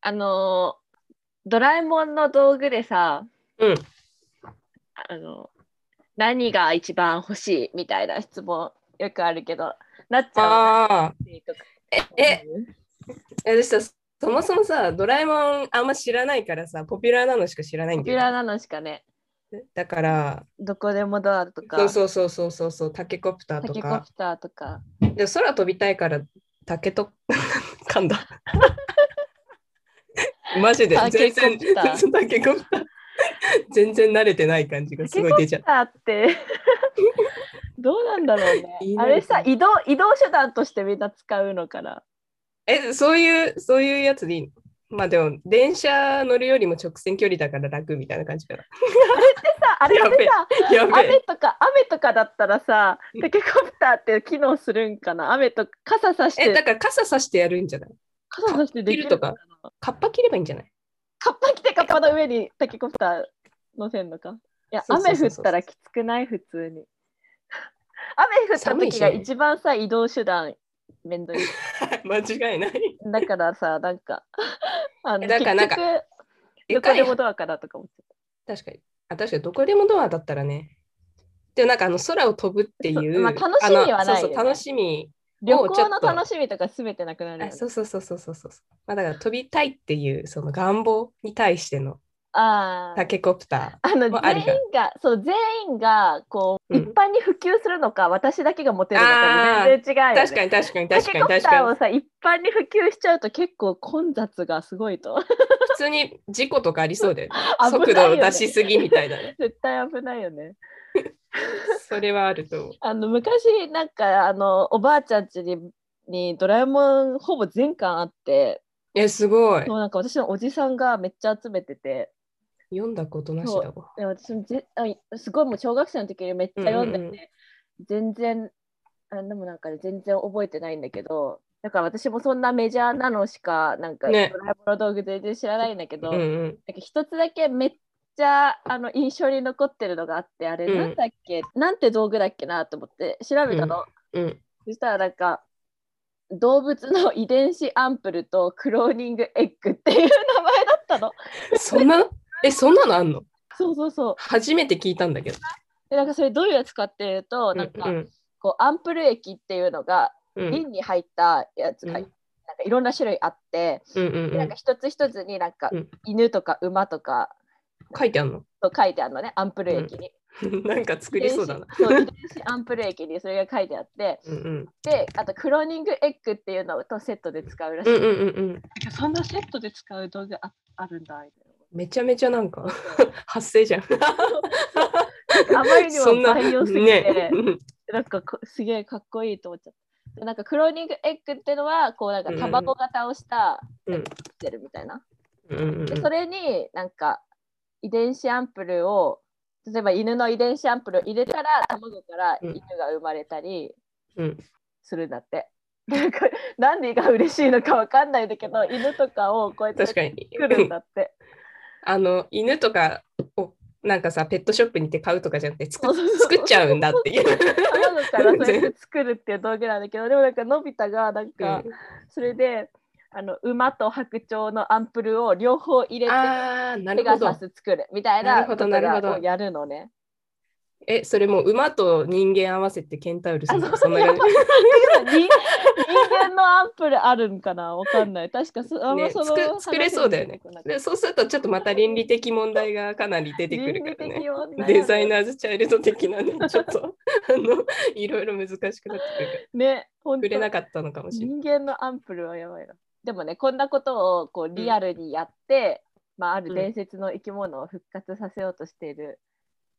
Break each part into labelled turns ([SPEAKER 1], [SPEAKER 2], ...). [SPEAKER 1] あのドラえもんの道具でさ
[SPEAKER 2] うん。
[SPEAKER 1] あの何が一番欲しいみたいな質問よくあるけどなっちゃんは
[SPEAKER 2] ああ。
[SPEAKER 1] 何とか
[SPEAKER 2] え、え、私さ、そもそもさ、ドラえもんあんま知らないからさ、ポピュラーなのしか知らないん
[SPEAKER 1] ポピ
[SPEAKER 2] だ
[SPEAKER 1] ュ
[SPEAKER 2] よね。
[SPEAKER 1] ラーなのしかね
[SPEAKER 2] だから、
[SPEAKER 1] どこでもドアとか
[SPEAKER 2] そうそうそうそうそうそう、タケコプター
[SPEAKER 1] タ
[SPEAKER 2] と
[SPEAKER 1] ケコ
[SPEAKER 2] か
[SPEAKER 1] プ。ターとか
[SPEAKER 2] で空飛びたいから、タケと、 噛んだ。 マジで、
[SPEAKER 1] タケ
[SPEAKER 2] 全
[SPEAKER 1] コ
[SPEAKER 2] 然
[SPEAKER 1] プター、
[SPEAKER 2] タケコプター全然慣れてない感じが
[SPEAKER 1] タ
[SPEAKER 2] す
[SPEAKER 1] ケ
[SPEAKER 2] ご
[SPEAKER 1] コ
[SPEAKER 2] い 出ちゃ
[SPEAKER 1] プ
[SPEAKER 2] う。
[SPEAKER 1] ターってどうなんだろうね
[SPEAKER 2] 言い慣
[SPEAKER 1] あ
[SPEAKER 2] れ
[SPEAKER 1] れ
[SPEAKER 2] てな
[SPEAKER 1] さ
[SPEAKER 2] い
[SPEAKER 1] 移動移動手段としてみんな使うのかな
[SPEAKER 2] え、そういう、そういうやつでいいのまあでも、電車乗るよりも直線距離だから楽みたいな感じかな。
[SPEAKER 1] さ あれってさ
[SPEAKER 2] やべ
[SPEAKER 1] 雨
[SPEAKER 2] え。
[SPEAKER 1] とか雨とかだったらさタケコプターって機能するんかな雨とか傘さし
[SPEAKER 2] え、だ
[SPEAKER 1] て
[SPEAKER 2] から傘さしてやるんじゃない
[SPEAKER 1] 傘さしてできるのかな
[SPEAKER 2] カッパ切ればいいんじゃない
[SPEAKER 1] カッパ着てカッパの上にタケコプター乗せんのかいや
[SPEAKER 2] そうそう
[SPEAKER 1] 雨
[SPEAKER 2] そ
[SPEAKER 1] 降
[SPEAKER 2] う
[SPEAKER 1] っ
[SPEAKER 2] そう
[SPEAKER 1] たらきつくない普通に雨降った
[SPEAKER 2] 寒い
[SPEAKER 1] 時
[SPEAKER 2] し
[SPEAKER 1] が
[SPEAKER 2] ね
[SPEAKER 1] 一番さ移動手段めんどい
[SPEAKER 2] 間違いない。
[SPEAKER 1] だからさなんか あの
[SPEAKER 2] だからなんか
[SPEAKER 1] 結局どこでもドアかなとか思っちゃっ
[SPEAKER 2] 確かに。あ、確かに、どこでもドアだったらね。でもなんかあの空を飛ぶっていう。
[SPEAKER 1] そうまあ楽しみはないよね
[SPEAKER 2] あのそうそう、楽しみ。
[SPEAKER 1] た旅
[SPEAKER 2] もうちょ
[SPEAKER 1] 行
[SPEAKER 2] っ
[SPEAKER 1] の
[SPEAKER 2] と
[SPEAKER 1] 楽しみとか全てなくなるよね
[SPEAKER 2] あそうそうそうそうそうそう。まあだから飛びたいっていうその願望に対しての
[SPEAKER 1] ああ
[SPEAKER 2] タケコプタ
[SPEAKER 1] あの
[SPEAKER 2] もあり
[SPEAKER 1] 全員
[SPEAKER 2] だ
[SPEAKER 1] がそう全員がこう、
[SPEAKER 2] う
[SPEAKER 1] 一
[SPEAKER 2] ん
[SPEAKER 1] 般に普及するのか私だけがモテるのか
[SPEAKER 2] あー
[SPEAKER 1] で全然違
[SPEAKER 2] ー。
[SPEAKER 1] うよ、ね、
[SPEAKER 2] 確かに確かに確か
[SPEAKER 1] タケコ
[SPEAKER 2] に確
[SPEAKER 1] プター
[SPEAKER 2] か
[SPEAKER 1] を
[SPEAKER 2] に。
[SPEAKER 1] さ一般に普及しちゃうと結構混雑がすごいと
[SPEAKER 2] 普通に事故とかありそうで、
[SPEAKER 1] 危
[SPEAKER 2] 速
[SPEAKER 1] ない
[SPEAKER 2] 度
[SPEAKER 1] よ
[SPEAKER 2] を
[SPEAKER 1] ね
[SPEAKER 2] 出しすぎみたいなね。
[SPEAKER 1] 絶対危ないよね
[SPEAKER 2] それはあると思う。
[SPEAKER 1] あの昔なんかあのおばあちゃんちににドラえもんほぼ全巻あって
[SPEAKER 2] え、すごい。
[SPEAKER 1] そうなんか私のおじさんがめっちゃ集めてて
[SPEAKER 2] 読んだことなしだわ。
[SPEAKER 1] で私もぜあすごいもう小学生の時にめっちゃ読んでて、
[SPEAKER 2] うんうんうん
[SPEAKER 1] 全然あでもなんかね全然覚えてないんだけどだから私もそんなメジャーなのしかなんかドラえ
[SPEAKER 2] ね
[SPEAKER 1] もんの道具全然知らないんだけど、
[SPEAKER 2] うんう
[SPEAKER 1] なんか
[SPEAKER 2] ん。
[SPEAKER 1] 一つだけめっちゃあの印象に残ってるのがあってあれ
[SPEAKER 2] うん
[SPEAKER 1] なんだっけ、なんて道具だっけなと思って調べたの、
[SPEAKER 2] うん。
[SPEAKER 1] そしたらなんか動物の遺伝子アンプルとクローニングエッグっていう名前だったの
[SPEAKER 2] そんな、え、そんなのあんの
[SPEAKER 1] そうそうそう
[SPEAKER 2] 初めて聞いたんだけど。
[SPEAKER 1] でなんかそれどういうやつかっていうと、なん
[SPEAKER 2] う
[SPEAKER 1] か
[SPEAKER 2] ん
[SPEAKER 1] こうアンプル液っていうのが
[SPEAKER 2] うんうん
[SPEAKER 1] 瓶に入ったやつが、
[SPEAKER 2] う
[SPEAKER 1] なん
[SPEAKER 2] ん
[SPEAKER 1] かいろんな種類あって、
[SPEAKER 2] うんう
[SPEAKER 1] でなん
[SPEAKER 2] ん
[SPEAKER 1] か一つ一つになんか
[SPEAKER 2] うん
[SPEAKER 1] 犬とか馬とか
[SPEAKER 2] うん。書いてあんの
[SPEAKER 1] と書いてあるのねアンプル液に。
[SPEAKER 2] なんか作りそうだな。
[SPEAKER 1] 遺伝子そう遺伝子アンプル液にそれが書いてあって
[SPEAKER 2] うんうん
[SPEAKER 1] であとクローニングエッグっていうのとセットで使うらし
[SPEAKER 2] う
[SPEAKER 1] い、
[SPEAKER 2] んうんうんうん。
[SPEAKER 1] そんなセットで使う道具ああるんだみ
[SPEAKER 2] めちゃめちゃなんか
[SPEAKER 1] たい
[SPEAKER 2] 発生じゃん。
[SPEAKER 1] なあまりに
[SPEAKER 2] そん
[SPEAKER 1] も
[SPEAKER 2] な
[SPEAKER 1] 培養すぎて、
[SPEAKER 2] ね。
[SPEAKER 1] なんかこすげえかっこいいと思っちゃった。でなんかクローニングエッグってのはこうなんか
[SPEAKER 2] うんうん
[SPEAKER 1] 卵型をした
[SPEAKER 2] うん
[SPEAKER 1] なんか作ってるみたいな。
[SPEAKER 2] うんうん
[SPEAKER 1] でそれになんか遺伝子アンプルを例えば犬の遺伝子アンプルを入れたら卵から
[SPEAKER 2] うん
[SPEAKER 1] 犬が生まれたり
[SPEAKER 2] うん
[SPEAKER 1] するんだって。なんか何が嬉しいのかわかんないんだけど犬とかをこうやって
[SPEAKER 2] 確か
[SPEAKER 1] 作
[SPEAKER 2] に。
[SPEAKER 1] るんだって。
[SPEAKER 2] あの犬とかをなんかさペットショップに行って買うとかじゃなくて
[SPEAKER 1] そう
[SPEAKER 2] 作
[SPEAKER 1] そうそう
[SPEAKER 2] 作っちゃうんだ っていう。
[SPEAKER 1] 卵からそうやって作るっていう道具なんだけどでもなんかのび太がなんか。それであの馬と白鳥のアンプルを両方入れて
[SPEAKER 2] ああな
[SPEAKER 1] ペ
[SPEAKER 2] る
[SPEAKER 1] ガ
[SPEAKER 2] ほ
[SPEAKER 1] サ
[SPEAKER 2] ど。
[SPEAKER 1] ス作るみたい
[SPEAKER 2] な
[SPEAKER 1] な
[SPEAKER 2] るほ
[SPEAKER 1] こと
[SPEAKER 2] どなるほど
[SPEAKER 1] がこうやるのね。
[SPEAKER 2] えそれもう馬と人間合わせてケンタウルス
[SPEAKER 1] あ
[SPEAKER 2] の
[SPEAKER 1] の
[SPEAKER 2] そんな感じ。
[SPEAKER 1] 人人間のアンプルあるんかなわかんない。確かそあんま
[SPEAKER 2] ね
[SPEAKER 1] その
[SPEAKER 2] 作作れそうだよね
[SPEAKER 1] 話に出てこなかった
[SPEAKER 2] でそうするとちょっとまた倫理的問題がかなり出てくるから
[SPEAKER 1] 倫理
[SPEAKER 2] ね
[SPEAKER 1] 的。問題
[SPEAKER 2] デザイナーズチャイルド 的なねちょっとあのいろいろ難しくなってくるから。
[SPEAKER 1] ね、本
[SPEAKER 2] 触れな
[SPEAKER 1] 当
[SPEAKER 2] かったのかもしれない。
[SPEAKER 1] 人間のアンプルはやばいな。でもね、こんなことをこうリアルにやって、まあ、ある伝説の生き物を復活させようとしている、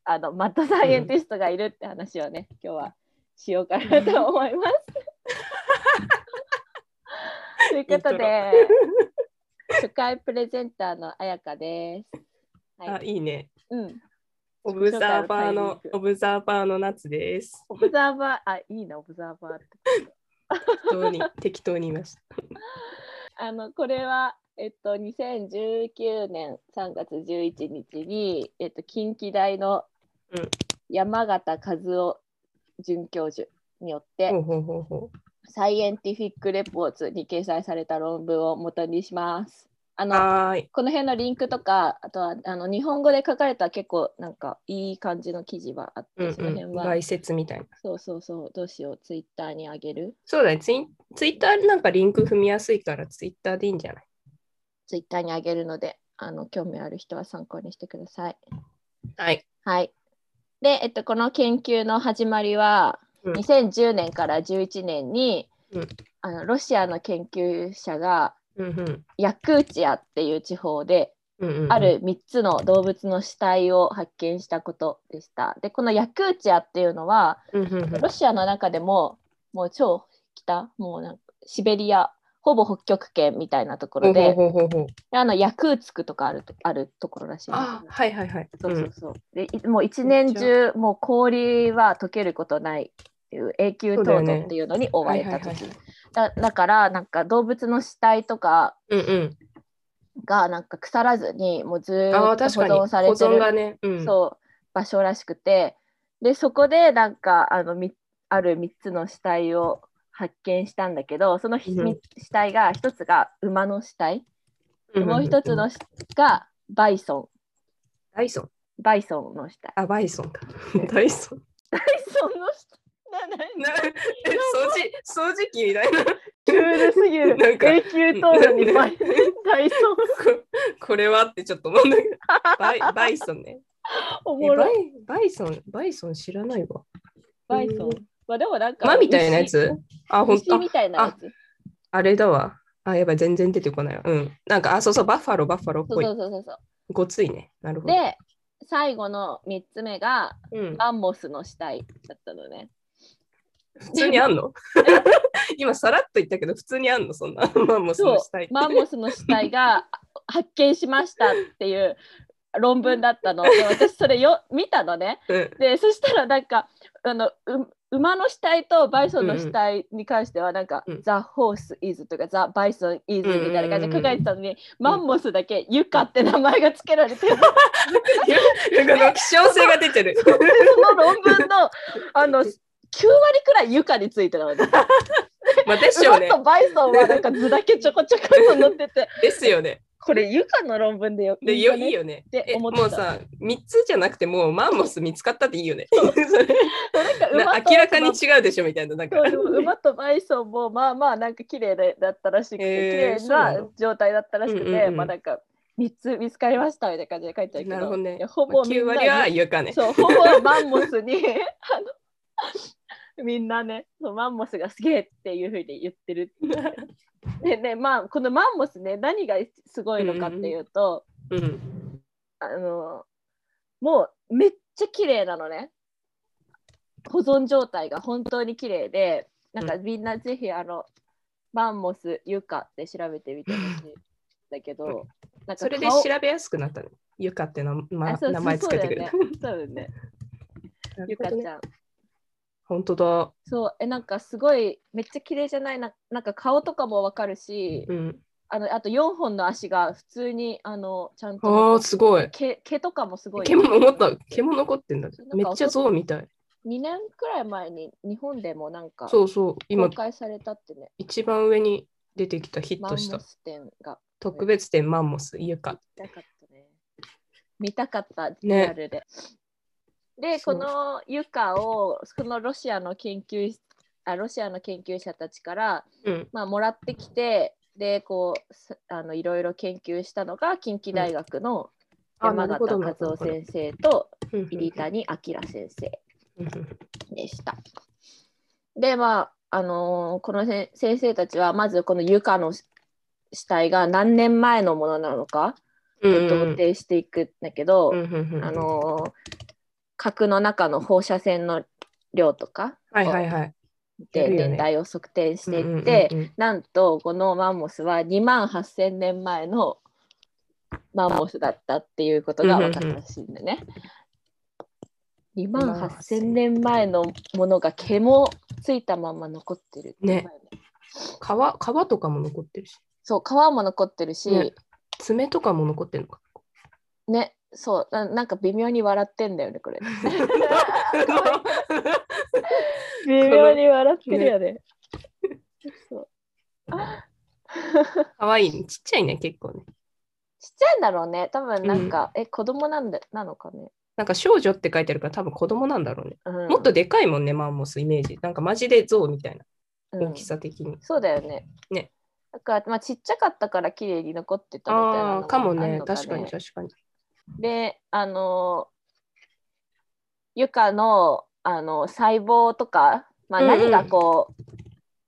[SPEAKER 1] あのマッドサイエンティストがいるって話をね、今日はしようかなと思います。ということで、初回プレゼンターのあやかです。は
[SPEAKER 2] あ
[SPEAKER 1] い、
[SPEAKER 2] いいね。
[SPEAKER 1] うん、
[SPEAKER 2] オブザーバーの
[SPEAKER 1] 自己紹介のタイミング
[SPEAKER 2] オブザーバーの 夏です。
[SPEAKER 1] オブザーバー、あ、いいな、オブザーバーって。
[SPEAKER 2] 適当に適当に言いました。
[SPEAKER 1] あのこれは、えっと、2019年3月11日に、えっと、近畿大の
[SPEAKER 2] うん
[SPEAKER 1] 山形和夫准教授によって、
[SPEAKER 2] ほうほうほうほう。
[SPEAKER 1] サイエンティフィック・レポーツに掲載された論文を元にします。あの
[SPEAKER 2] はーい。
[SPEAKER 1] この辺のリンクとかあとはあの日本語で書かれた結構なんかいい感じの記事はあって、
[SPEAKER 2] うん
[SPEAKER 1] その辺
[SPEAKER 2] うん。
[SPEAKER 1] は
[SPEAKER 2] 概説みたいな。
[SPEAKER 1] そうそうそう、どうしよう、ツイッターにあげる
[SPEAKER 2] そうだね。ツイツイッターなんかリンク踏みやすいからツイッターでいいんじゃない
[SPEAKER 1] ツイッターにあげるので、あの興味ある人は参考にしてください。
[SPEAKER 2] はい。
[SPEAKER 1] はい。で、えっと、この研究の始まりは、
[SPEAKER 2] うん
[SPEAKER 1] 2010年から11年に、
[SPEAKER 2] うん
[SPEAKER 1] あのロシアの研究者が
[SPEAKER 2] うんうん。
[SPEAKER 1] ヤクーチアっていう地方で、
[SPEAKER 2] うんうんうん、
[SPEAKER 1] ある3つの動物の死体を発見したことでした。で、このヤクーチアっていうのは、
[SPEAKER 2] うんうんうん。
[SPEAKER 1] ロシアの中でももう超北もうなんかシベリアほぼ北極圏みたいなところで
[SPEAKER 2] ほうほうほうほう
[SPEAKER 1] であのヤクーツクとかあるとあるところらしいんです
[SPEAKER 2] あはいはいはい。
[SPEAKER 1] そうそううんそう、でいもう一年中もう氷は溶けることないっていう永久凍
[SPEAKER 2] そうだよ
[SPEAKER 1] 土
[SPEAKER 2] ね
[SPEAKER 1] っていうのに追われた
[SPEAKER 2] はいはい
[SPEAKER 1] 時
[SPEAKER 2] はい
[SPEAKER 1] だだからなんか動物の死体とか
[SPEAKER 2] うんうん。
[SPEAKER 1] がなんか腐らずにもうず
[SPEAKER 2] あ
[SPEAKER 1] ー
[SPEAKER 2] あ、
[SPEAKER 1] っと
[SPEAKER 2] 確
[SPEAKER 1] 保
[SPEAKER 2] かに。保
[SPEAKER 1] 存されてる
[SPEAKER 2] 存がね。うん。
[SPEAKER 1] そう場所らしくてでそこでなんかあのみある3つの死体を発見したんだけどそのひ、
[SPEAKER 2] うん
[SPEAKER 1] み死体が1つが馬の死体
[SPEAKER 2] うんんん
[SPEAKER 1] もう1つ。のしがバイソ
[SPEAKER 2] ダイソン。
[SPEAKER 1] ンバイソンの死体
[SPEAKER 2] あ、バイソンか。ダイソン。
[SPEAKER 1] バイソンの死体な何
[SPEAKER 2] なえ 掃除、掃除機みたいな。
[SPEAKER 1] クールすぎ る
[SPEAKER 2] なんか
[SPEAKER 1] 永久凍土にバ イバイソン
[SPEAKER 2] ここれはってちょっと思うんだけど。バイバイソンね。
[SPEAKER 1] おも
[SPEAKER 2] えバ
[SPEAKER 1] ろい
[SPEAKER 2] イバイソン、バイソン知らないわ。
[SPEAKER 1] バイソンまあでもなんか
[SPEAKER 2] 馬みたいなやつあ、ほん
[SPEAKER 1] 牛
[SPEAKER 2] と
[SPEAKER 1] 牛。みたいなやつ
[SPEAKER 2] ああれだわ。あ、やばい、全然出てこないわ。うん。なんか、あ、そうそう、バッファロー、バッファローっ
[SPEAKER 1] そう
[SPEAKER 2] ぽ
[SPEAKER 1] そう
[SPEAKER 2] い。
[SPEAKER 1] そうそうそ
[SPEAKER 2] ごついね。なる
[SPEAKER 1] う
[SPEAKER 2] ほど。
[SPEAKER 1] で最後の3つ目が
[SPEAKER 2] うん、
[SPEAKER 1] マンモスの死体だったのね。
[SPEAKER 2] 普通にあんの 今、さらっと言ったけど、普通にあんのそんな。 マンモス
[SPEAKER 1] そう
[SPEAKER 2] の死体。
[SPEAKER 1] マンモスの死体が 発見しましたっていう論文だったので私それよ見たのね。
[SPEAKER 2] うん
[SPEAKER 1] でそしたらなんかあのう馬の死体とバイソンの死体に関してはなんか「
[SPEAKER 2] うん
[SPEAKER 1] The horse is」とか「The bison is」
[SPEAKER 2] うん
[SPEAKER 1] みたいな感じで書かれてたのに、マンモスだけ「ユカ」って名前が付けられて そ
[SPEAKER 2] なんかこの希少性が出てる。
[SPEAKER 1] の論文のあの9割くらいユカについてたので、
[SPEAKER 2] まあ、ですよ
[SPEAKER 1] 馬
[SPEAKER 2] ね。
[SPEAKER 1] とバイソンはなんか図だけちょこちょこと載って て
[SPEAKER 2] ですよね。
[SPEAKER 1] これユカの論文でよ
[SPEAKER 2] で、
[SPEAKER 1] いいよ
[SPEAKER 2] よ
[SPEAKER 1] ね
[SPEAKER 2] いいよね。
[SPEAKER 1] って
[SPEAKER 2] え
[SPEAKER 1] 思
[SPEAKER 2] も
[SPEAKER 1] っ
[SPEAKER 2] う
[SPEAKER 1] てた
[SPEAKER 2] さ、3つじゃなくて、もうマンモス見つかったっていいよね。
[SPEAKER 1] なんか馬
[SPEAKER 2] な
[SPEAKER 1] と
[SPEAKER 2] 明らかに違うでしょみたいな。なんか
[SPEAKER 1] そうでも 馬とバイソンもまあまあなんか綺麗でだったらしくて、
[SPEAKER 2] へー
[SPEAKER 1] 綺麗
[SPEAKER 2] そうな
[SPEAKER 1] な
[SPEAKER 2] の
[SPEAKER 1] 状態だったらしくて、
[SPEAKER 2] うんうんうん
[SPEAKER 1] まあなんか3つ見つかりましたみたいな感じで書いてあるけど
[SPEAKER 2] なるほどね
[SPEAKER 1] いやほぼみ
[SPEAKER 2] 9
[SPEAKER 1] んな
[SPEAKER 2] 割は床ね。
[SPEAKER 1] そうほぼマンモスに あのみんなねそうマンモスがすげえっていうふうに言ってる。でねまあこのマンモスね何がすごいのかっていうと、
[SPEAKER 2] うん。
[SPEAKER 1] あのもうめっちゃ綺麗なのね保存状態が本当に綺麗でなんかみんなぜひあの、マンモスユカって調べてみてほしいんだけどなんか
[SPEAKER 2] それで
[SPEAKER 1] 顔
[SPEAKER 2] 調べやすくなったね。床ってな、
[SPEAKER 1] あ
[SPEAKER 2] ま、
[SPEAKER 1] そう
[SPEAKER 2] 名前つけてくれた。
[SPEAKER 1] そうだよ ねそうだよねユカ
[SPEAKER 2] なるほど
[SPEAKER 1] ち
[SPEAKER 2] ね
[SPEAKER 1] ゃん
[SPEAKER 2] 本当だ。
[SPEAKER 1] そうえなんかすごいめっちゃ綺麗じゃないななんか顔とかもわかるし、
[SPEAKER 2] うん。
[SPEAKER 1] あのあと4本の足が普通にあのちゃん
[SPEAKER 2] ああ、
[SPEAKER 1] と
[SPEAKER 2] すごい。
[SPEAKER 1] 毛毛とかもすごい
[SPEAKER 2] 毛も思った。毛も残ってんだ
[SPEAKER 1] なん。か
[SPEAKER 2] めっちゃ象みたい。
[SPEAKER 1] 2年くらい前に日本でもなんか
[SPEAKER 2] そうそう。今
[SPEAKER 1] 公、開されたってね、
[SPEAKER 2] 一番上に出てきたヒッ
[SPEAKER 1] マン
[SPEAKER 2] ト
[SPEAKER 1] モ
[SPEAKER 2] した。
[SPEAKER 1] ス展が
[SPEAKER 2] 特別展マンモス、床。
[SPEAKER 1] 見たかったね。見たかった、リ
[SPEAKER 2] ね
[SPEAKER 1] アルで。で、
[SPEAKER 2] そ
[SPEAKER 1] こ
[SPEAKER 2] う
[SPEAKER 1] の床を、このロシアの研究あロシアの研究者たちから、
[SPEAKER 2] うん。
[SPEAKER 1] まあ、もらってきて、で、こうす、あのいろいろ研究したのが、近畿大学の
[SPEAKER 2] うんあ
[SPEAKER 1] 山
[SPEAKER 2] なるほ
[SPEAKER 1] 形
[SPEAKER 2] ど
[SPEAKER 1] 和夫先生と
[SPEAKER 2] うん
[SPEAKER 1] 入谷明先生。
[SPEAKER 2] うんうん
[SPEAKER 1] でした。でまああのーこのせん先生たちはまずこの床のし死体が何年前のものなのか
[SPEAKER 2] うんうんうん
[SPEAKER 1] 同定していくんだけど、
[SPEAKER 2] うんうんうん
[SPEAKER 1] あのー核の中の放射線の量とか
[SPEAKER 2] はいはいはい。
[SPEAKER 1] で
[SPEAKER 2] やるよね
[SPEAKER 1] 年代を測定して
[SPEAKER 2] うん
[SPEAKER 1] いっ
[SPEAKER 2] うん
[SPEAKER 1] て、
[SPEAKER 2] うん
[SPEAKER 1] なんとこのマンモスは2万8,000年前のマンモスだったっていうことが分かったらしいんでね。2万8,000年前のものが毛もついたまま残ってるっていうね
[SPEAKER 2] 皮、皮とかも残ってるし、
[SPEAKER 1] そう皮も残ってるしね
[SPEAKER 2] ね爪とかも残ってるの か。
[SPEAKER 1] そうななんか微妙に笑ってんだよねこれ。微
[SPEAKER 2] 妙
[SPEAKER 1] に笑って
[SPEAKER 2] るよ
[SPEAKER 1] ね。 そう
[SPEAKER 2] かわいいね。ちっちゃいね、結構ね。
[SPEAKER 1] ちっちゃいんだろうね。多分なんか、え、子供なんだなのかね。
[SPEAKER 2] なんか少女って書いてあるから多分子供なんだろうね。
[SPEAKER 1] うん、
[SPEAKER 2] もっとでかいもんね、マンモスイメージ。なんかマジで象みたいな
[SPEAKER 1] うん
[SPEAKER 2] 大きさ的に。
[SPEAKER 1] そうだよね。
[SPEAKER 2] ね。
[SPEAKER 1] だから、まあ、ちっちゃかったから綺麗に残ってたみたいな
[SPEAKER 2] あ
[SPEAKER 1] の
[SPEAKER 2] あ
[SPEAKER 1] も
[SPEAKER 2] ー、かも
[SPEAKER 1] ある
[SPEAKER 2] ね
[SPEAKER 1] の
[SPEAKER 2] 確かに確かに。
[SPEAKER 1] で、あのー、ゆかの、あの細胞とか、まあ、
[SPEAKER 2] うんう
[SPEAKER 1] 何
[SPEAKER 2] ん
[SPEAKER 1] がこう、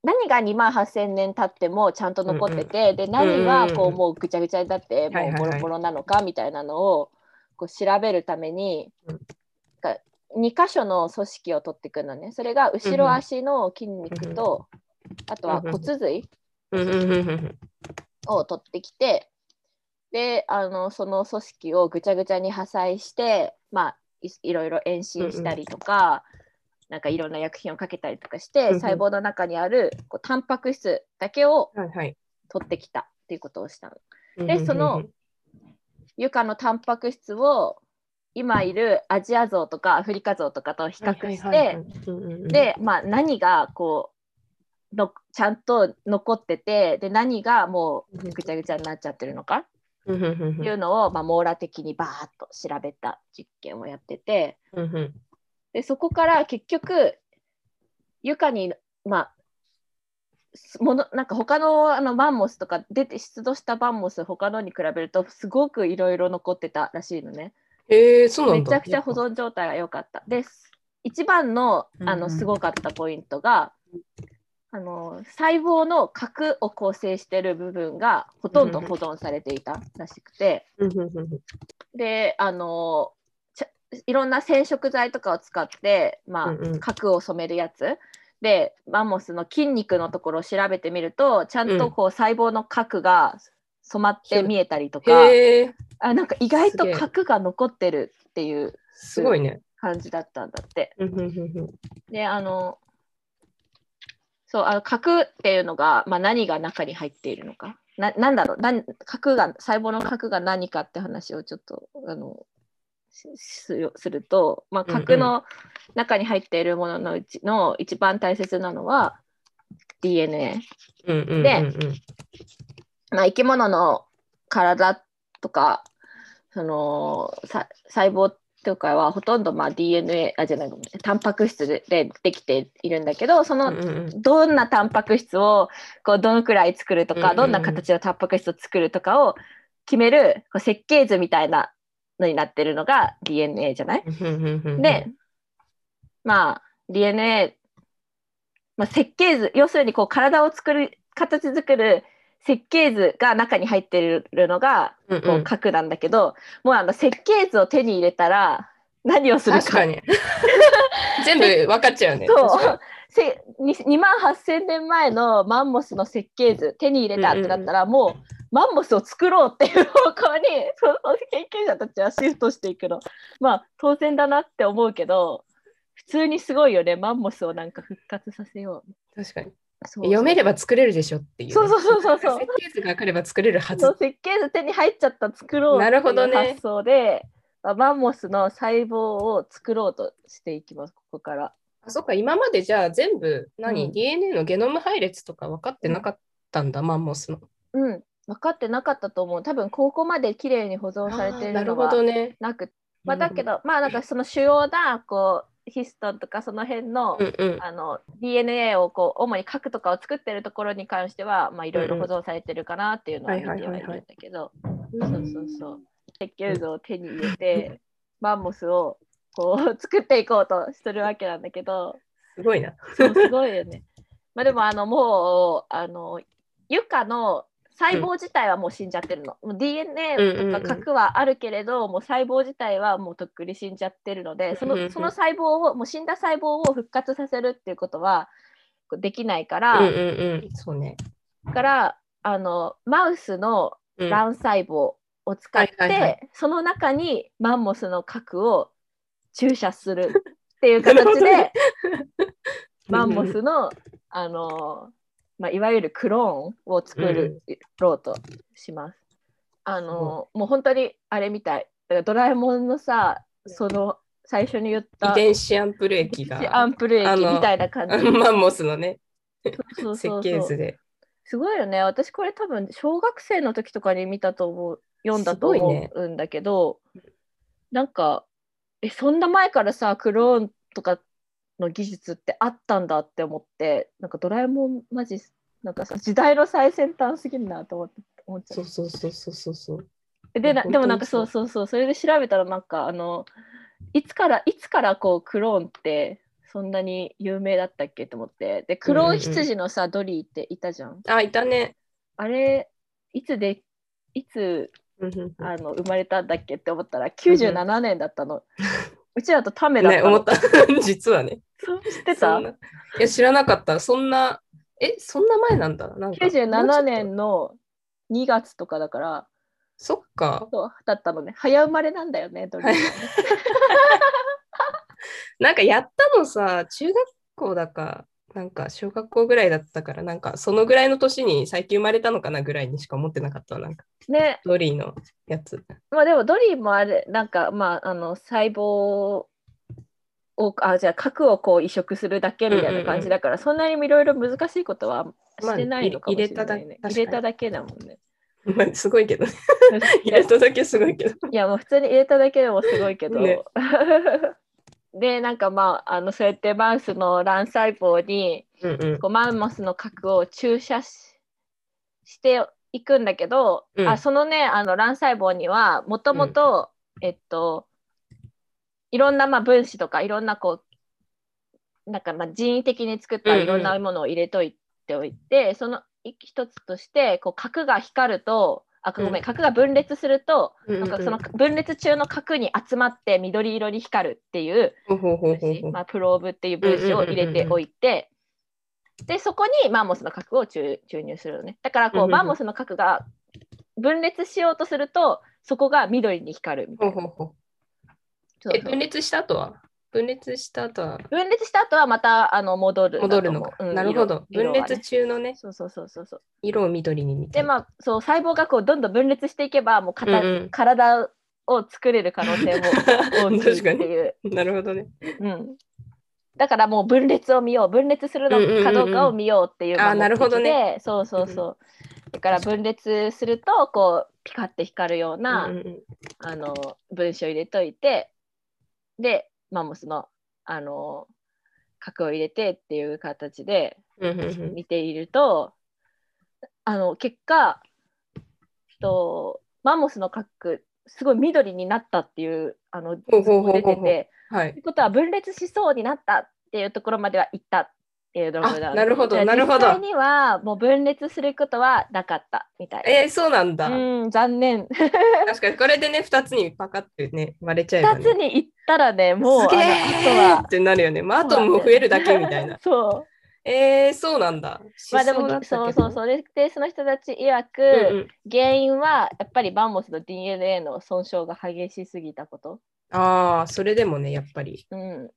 [SPEAKER 1] 何が2万8,000年経ってもちゃんと残ってて、で何がこ
[SPEAKER 2] うんうんう
[SPEAKER 1] うんもうぐちゃぐちゃになって
[SPEAKER 2] はいは
[SPEAKER 1] もボ
[SPEAKER 2] いうはい
[SPEAKER 1] ロボロなのかみたいなのをこう調べるために
[SPEAKER 2] うん
[SPEAKER 1] 2箇所の組織を取っていくのねそれが後ろ足の筋肉と、あとは骨髄
[SPEAKER 2] うんうんうんうん
[SPEAKER 1] を取ってきてであのその組織をぐちゃぐちゃに破砕して、まあ、いいろいろ延伸したりとか、なんかいろんな薬品をかけたりとかして、
[SPEAKER 2] うんうん
[SPEAKER 1] 細胞の中にあるこうタンパク質だけを
[SPEAKER 2] はいはい。
[SPEAKER 1] 取ってきたっていうことをしたの。
[SPEAKER 2] うん
[SPEAKER 1] でその
[SPEAKER 2] うん
[SPEAKER 1] 床のタンパク質を今いるアジア像とかアフリカ像とかと比較して、
[SPEAKER 2] はいはいはいうんうんうん、
[SPEAKER 1] で、まあ、何がこうのちゃんと残っててで何がもうぐちゃぐちゃになっちゃってるのか
[SPEAKER 2] うんうんうん
[SPEAKER 1] っていうのを、まあ、網羅的にバーッと調べた実験をやってて
[SPEAKER 2] うんうん
[SPEAKER 1] でそこから結局床にまあすものなんか他のあのマンモスとか出て出土したマンモス他のに比べるとすごくいろいろ残ってたらしいのね
[SPEAKER 2] へえそうな
[SPEAKER 1] め
[SPEAKER 2] んだ。
[SPEAKER 1] ちゃくちゃ保存状態が良かったです一番のあ
[SPEAKER 2] うんう
[SPEAKER 1] の
[SPEAKER 2] ん
[SPEAKER 1] すごかったポイントが、あの細胞の核を構成してる部分がほとんど保存されていたらしくて、
[SPEAKER 2] うんうんうん
[SPEAKER 1] であのちゃいろんな染色剤とかを使って、まあ
[SPEAKER 2] うんうん
[SPEAKER 1] 核を染めるやつでマンモスの筋肉のところを調べてみるとちゃんとこう、細胞の核が染まって見えたりとか
[SPEAKER 2] へえ
[SPEAKER 1] あなんか意外と
[SPEAKER 2] すげえ
[SPEAKER 1] 核が残ってるっていう
[SPEAKER 2] すごいね。
[SPEAKER 1] 感じだったんだって。
[SPEAKER 2] うんうんうんうん
[SPEAKER 1] であのそうあの核っていうのが、まあ、何が中に入っているのかななんだろうなん核が細胞の核が何かって話をちょっとあのしするすると、まあ、
[SPEAKER 2] うんうん
[SPEAKER 1] 核の中に入っているもののうちの一番大切なのは DNA、
[SPEAKER 2] うんうんうん
[SPEAKER 1] でまあ、生き物の体とかそのさ細胞とかはほとんどまあ DNA あじゃないごめんタンパク質ででできているんだけどその、
[SPEAKER 2] うんうんうん
[SPEAKER 1] どんなタンパク質をこうどのくらい作ると
[SPEAKER 2] うんうん
[SPEAKER 1] か、
[SPEAKER 2] うん
[SPEAKER 1] どんな形のタンパク質を作るとかを決めるこう設計図みたいなのになってるのが DNA じゃない、
[SPEAKER 2] うんうんうんうん
[SPEAKER 1] で、まあ DNA、まあ、設計図要するにこう体を作る形作る設計図が中に入ってるのが
[SPEAKER 2] うんうん
[SPEAKER 1] こう核なんだけど、もうあの設計図を手に入れたら何をする
[SPEAKER 2] 確
[SPEAKER 1] か
[SPEAKER 2] かに。全部分かっちゃうね。確
[SPEAKER 1] そ
[SPEAKER 2] か
[SPEAKER 1] う せ2万8,000年前のマンモスの設計図手に入れたってなったら、もうマンモスを作ろうっていう方向に その研究者たちはシフトしていくのまあ当然だなって思うけど普通にすごいよねマンモスをなんか復活させよう
[SPEAKER 2] に確かに。
[SPEAKER 1] そう
[SPEAKER 2] 読めれば作れるでしょっていうね。
[SPEAKER 1] そうそうそうそうそう
[SPEAKER 2] 設計図が分かれば作れるは
[SPEAKER 1] その
[SPEAKER 2] ず。
[SPEAKER 1] 設計図手に入っちゃった作ろうって
[SPEAKER 2] なるほど
[SPEAKER 1] い
[SPEAKER 2] ね
[SPEAKER 1] う発想で、まあマンモスの細胞を作ろうとしていきますここから。
[SPEAKER 2] あそっか、今までじゃあ全部何、
[SPEAKER 1] うん
[SPEAKER 2] ?DNA のゲノム配列とか分かってなかったんだ、マンモスの。
[SPEAKER 1] うん分かってなかったと思う多分ここまで綺麗に保存されてい
[SPEAKER 2] な
[SPEAKER 1] る
[SPEAKER 2] る
[SPEAKER 1] の
[SPEAKER 2] ほ
[SPEAKER 1] は
[SPEAKER 2] どね。
[SPEAKER 1] なくまあ、だけど、まあなんかその主要なこうヒストンとかその辺の,、
[SPEAKER 2] うんうん。
[SPEAKER 1] あの DNA をこう主に核とかを作ってるところに関してはまあいろいろ保存されてるかなっていうのは見てはいるんだけどそうそうそう設計図を手に入れてマンモスをこう作っていこうとしてるわけなんだけど
[SPEAKER 2] すごいな。
[SPEAKER 1] そうすごいよね。まあでもあのもうあのユカの細胞自体はもう死んじゃってるの。もう DNA
[SPEAKER 2] うんうんう
[SPEAKER 1] まあ
[SPEAKER 2] ん
[SPEAKER 1] 核はあるけれど、もう細胞自体はもうとっくに死んじゃってるのでそ
[SPEAKER 2] うんうんう
[SPEAKER 1] の
[SPEAKER 2] ん
[SPEAKER 1] その細胞をもう死んだ細胞を復活させるっていうことはこうできないか
[SPEAKER 2] う
[SPEAKER 1] ら、
[SPEAKER 2] んうんうん。そうね。
[SPEAKER 1] だからあのマウスの
[SPEAKER 2] うん
[SPEAKER 1] 卵細胞を使って、
[SPEAKER 2] はいはいは
[SPEAKER 1] その中にマンモスの核を注射するっていう形
[SPEAKER 2] なるほ
[SPEAKER 1] で
[SPEAKER 2] どね。
[SPEAKER 1] マンモスの、あのまあ、いわゆるクローンを作るろうとします。あのもう本当にあれみたい。だからドラえもんのさ、その最初に言っ
[SPEAKER 2] 遺
[SPEAKER 1] た
[SPEAKER 2] 伝子アンプル液
[SPEAKER 1] ア
[SPEAKER 2] が
[SPEAKER 1] ンプル
[SPEAKER 2] あ
[SPEAKER 1] 液
[SPEAKER 2] の
[SPEAKER 1] みたいな感じ。
[SPEAKER 2] マンモスのね
[SPEAKER 1] そうそう
[SPEAKER 2] 設
[SPEAKER 1] そう
[SPEAKER 2] 計
[SPEAKER 1] そ
[SPEAKER 2] 図
[SPEAKER 1] う
[SPEAKER 2] で
[SPEAKER 1] すごいよね。私これ多分小学生の時とかに見たと思う、読んだと
[SPEAKER 2] すごいね
[SPEAKER 1] 思うんだけど、なんか、え、そんな前からさ、クローンとかの技術ってあったんだって思って、なんかドラえもんマジ、なんかさ、時代の最先端すぎるなと思って。思っちゃ
[SPEAKER 2] そうそうそうそうそうそう。
[SPEAKER 1] うでな
[SPEAKER 2] 本当に
[SPEAKER 1] でもなんか
[SPEAKER 2] そ
[SPEAKER 1] そううそうそうそれで調べたらなんかあのいつからいつからこうクローンってそんなに有名だったっけと思ってでクローン羊のさ、ドリーっていたじゃん
[SPEAKER 2] あ、いたね。
[SPEAKER 1] あれ、いつで、いつ
[SPEAKER 2] うんうん
[SPEAKER 1] あの生まれたんだっけって思ったら、97年だったの。うちだとためだっ
[SPEAKER 2] ね、
[SPEAKER 1] たの。
[SPEAKER 2] 思った。 実はね。
[SPEAKER 1] そう知って
[SPEAKER 2] そ
[SPEAKER 1] た
[SPEAKER 2] んないや、知らなかった。そんな、え、そんな前なんだ。なん
[SPEAKER 1] ?97。
[SPEAKER 2] かもうちょっと
[SPEAKER 1] 年の2月とかだから、
[SPEAKER 2] そっか。
[SPEAKER 1] そうだったのね。早生まれなんだよね、ドリーはね
[SPEAKER 2] なんかやったのさ、中学校だか、なんか小学校ぐらいだったから、なんかそのぐらいの年に最近生まれたのかなぐらいにしか思ってなかったわ。なんか、
[SPEAKER 1] ね、
[SPEAKER 2] ドリーのやつ。
[SPEAKER 1] まあでもドリーもあれ、なんか、まあ、あの、細胞を、あ、じゃあ核をこう移植するだけみたいな感じだから、そんなにいろいろ難しいことはしてないのかもしれないね。
[SPEAKER 2] まあ
[SPEAKER 1] 入
[SPEAKER 2] 入れ
[SPEAKER 1] れ
[SPEAKER 2] た
[SPEAKER 1] た
[SPEAKER 2] だ
[SPEAKER 1] だけだもんね。
[SPEAKER 2] まあ、すごいけどね。入れただけすごいけど。
[SPEAKER 1] いやもう普通に入れただけでもすごいけど。
[SPEAKER 2] ね
[SPEAKER 1] でなんかまああのそうやってマウスの卵細胞に
[SPEAKER 2] うんうん。
[SPEAKER 1] こうマウマスの核を注射ししていくんだけど、
[SPEAKER 2] うん
[SPEAKER 1] あそのねあの卵細胞にはもともとえっといろんなまあ分子とかいろんなこうなんかまあ人為的に作ったいろんなものを入れといておいて、その一つとしてこう核が光るとあごめん、
[SPEAKER 2] うん
[SPEAKER 1] 核が分裂すると
[SPEAKER 2] な
[SPEAKER 1] なんかその分裂中の核に集まって緑色に光るっていう
[SPEAKER 2] ほうほうほうほう
[SPEAKER 1] 分
[SPEAKER 2] ほ
[SPEAKER 1] 子、
[SPEAKER 2] う
[SPEAKER 1] まあ、プローブっていう分子を入れておいて、でそこにマンモスの核を注注入するのねだから
[SPEAKER 2] うん
[SPEAKER 1] こ
[SPEAKER 2] う
[SPEAKER 1] うんマンモスの核が分裂しようとするとそこが緑に光るみた
[SPEAKER 2] ほう
[SPEAKER 1] いな
[SPEAKER 2] ほうほう。
[SPEAKER 1] そう
[SPEAKER 2] え、
[SPEAKER 1] そう
[SPEAKER 2] 分裂した後は分裂した後は
[SPEAKER 1] 分裂した後はまたあの戻るんだと
[SPEAKER 2] 戻
[SPEAKER 1] 思う
[SPEAKER 2] るのか。
[SPEAKER 1] うん
[SPEAKER 2] なるほど。
[SPEAKER 1] 色
[SPEAKER 2] 分
[SPEAKER 1] 色はね
[SPEAKER 2] 裂中のね、
[SPEAKER 1] そうそうそうそうそう
[SPEAKER 2] 色を緑にみた
[SPEAKER 1] で
[SPEAKER 2] いな。
[SPEAKER 1] まあそう細胞がこうどんどん分裂していけばもうかた
[SPEAKER 2] うんうん
[SPEAKER 1] 体を作れる可能性も大きいって
[SPEAKER 2] 確
[SPEAKER 1] いう。
[SPEAKER 2] なるほどね。
[SPEAKER 1] うん、だからもう分裂を見よう分裂するのかどうかを見ようっていう
[SPEAKER 2] うんうんうんあー
[SPEAKER 1] ま
[SPEAKER 2] なるほどね
[SPEAKER 1] 目的でそうそうそう、だから分裂するとこうピカって光るような、
[SPEAKER 2] うんうん
[SPEAKER 1] あの分子を入れといてでマンモスのあの核を入れてっていう形で
[SPEAKER 2] うんうんうん
[SPEAKER 1] 見ているとあの結果とマンモスの核すごい緑になったっていうあの
[SPEAKER 2] ほうほうほうほう
[SPEAKER 1] 出てて。
[SPEAKER 2] はい
[SPEAKER 1] っ。てことは分裂しそうになったっていうところまでは行ったっていうところだ
[SPEAKER 2] あなるほどなるほど
[SPEAKER 1] 実際にはもう分裂することはなかったみたい
[SPEAKER 2] えー、そうなんだ。
[SPEAKER 1] うん残念
[SPEAKER 2] 確かに、これでね、2つにパカってね、割れちゃえば、
[SPEAKER 1] 2つ
[SPEAKER 2] ね。
[SPEAKER 1] に行ったらねもう
[SPEAKER 2] すげ
[SPEAKER 1] あ
[SPEAKER 2] ー
[SPEAKER 1] の。
[SPEAKER 2] ってなるよね。まあ、アトムも増えるだけみたいな
[SPEAKER 1] そ
[SPEAKER 2] えー、そうなんだ。
[SPEAKER 1] うまあで
[SPEAKER 2] 思
[SPEAKER 1] も
[SPEAKER 2] 想だったけど
[SPEAKER 1] そうそうそうででその人たち曰く、
[SPEAKER 2] うんうん
[SPEAKER 1] 原因はやっぱりバンモスの DNA の損傷が激しすぎたこと
[SPEAKER 2] ああ、それでもね、やっぱり。
[SPEAKER 1] うん、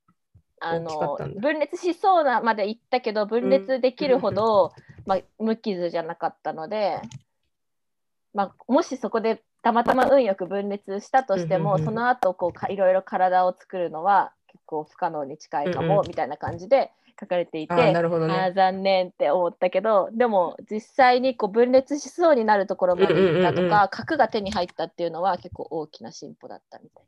[SPEAKER 1] あ
[SPEAKER 2] 大きかっ
[SPEAKER 1] の
[SPEAKER 2] たんだ
[SPEAKER 1] 分裂しそうなまで行ったけど分裂できるほど、まあ、無傷じゃなかったので、まあ、もしそこでたまたま運よく分裂したとしても、
[SPEAKER 2] うんうんうん
[SPEAKER 1] その後こうかいろいろ体を作るのは結構不可能に近いか
[SPEAKER 2] うん
[SPEAKER 1] も、
[SPEAKER 2] うん
[SPEAKER 1] みたいな感じで書かれていて。
[SPEAKER 2] ああ、なるほど
[SPEAKER 1] あ
[SPEAKER 2] ね。
[SPEAKER 1] ー残念って思ったけどでも実際にこう分裂しそうになるところまで行ったとか、
[SPEAKER 2] うんうんうんう
[SPEAKER 1] 核が手に入ったっていうのは結構大きな進歩だったみたい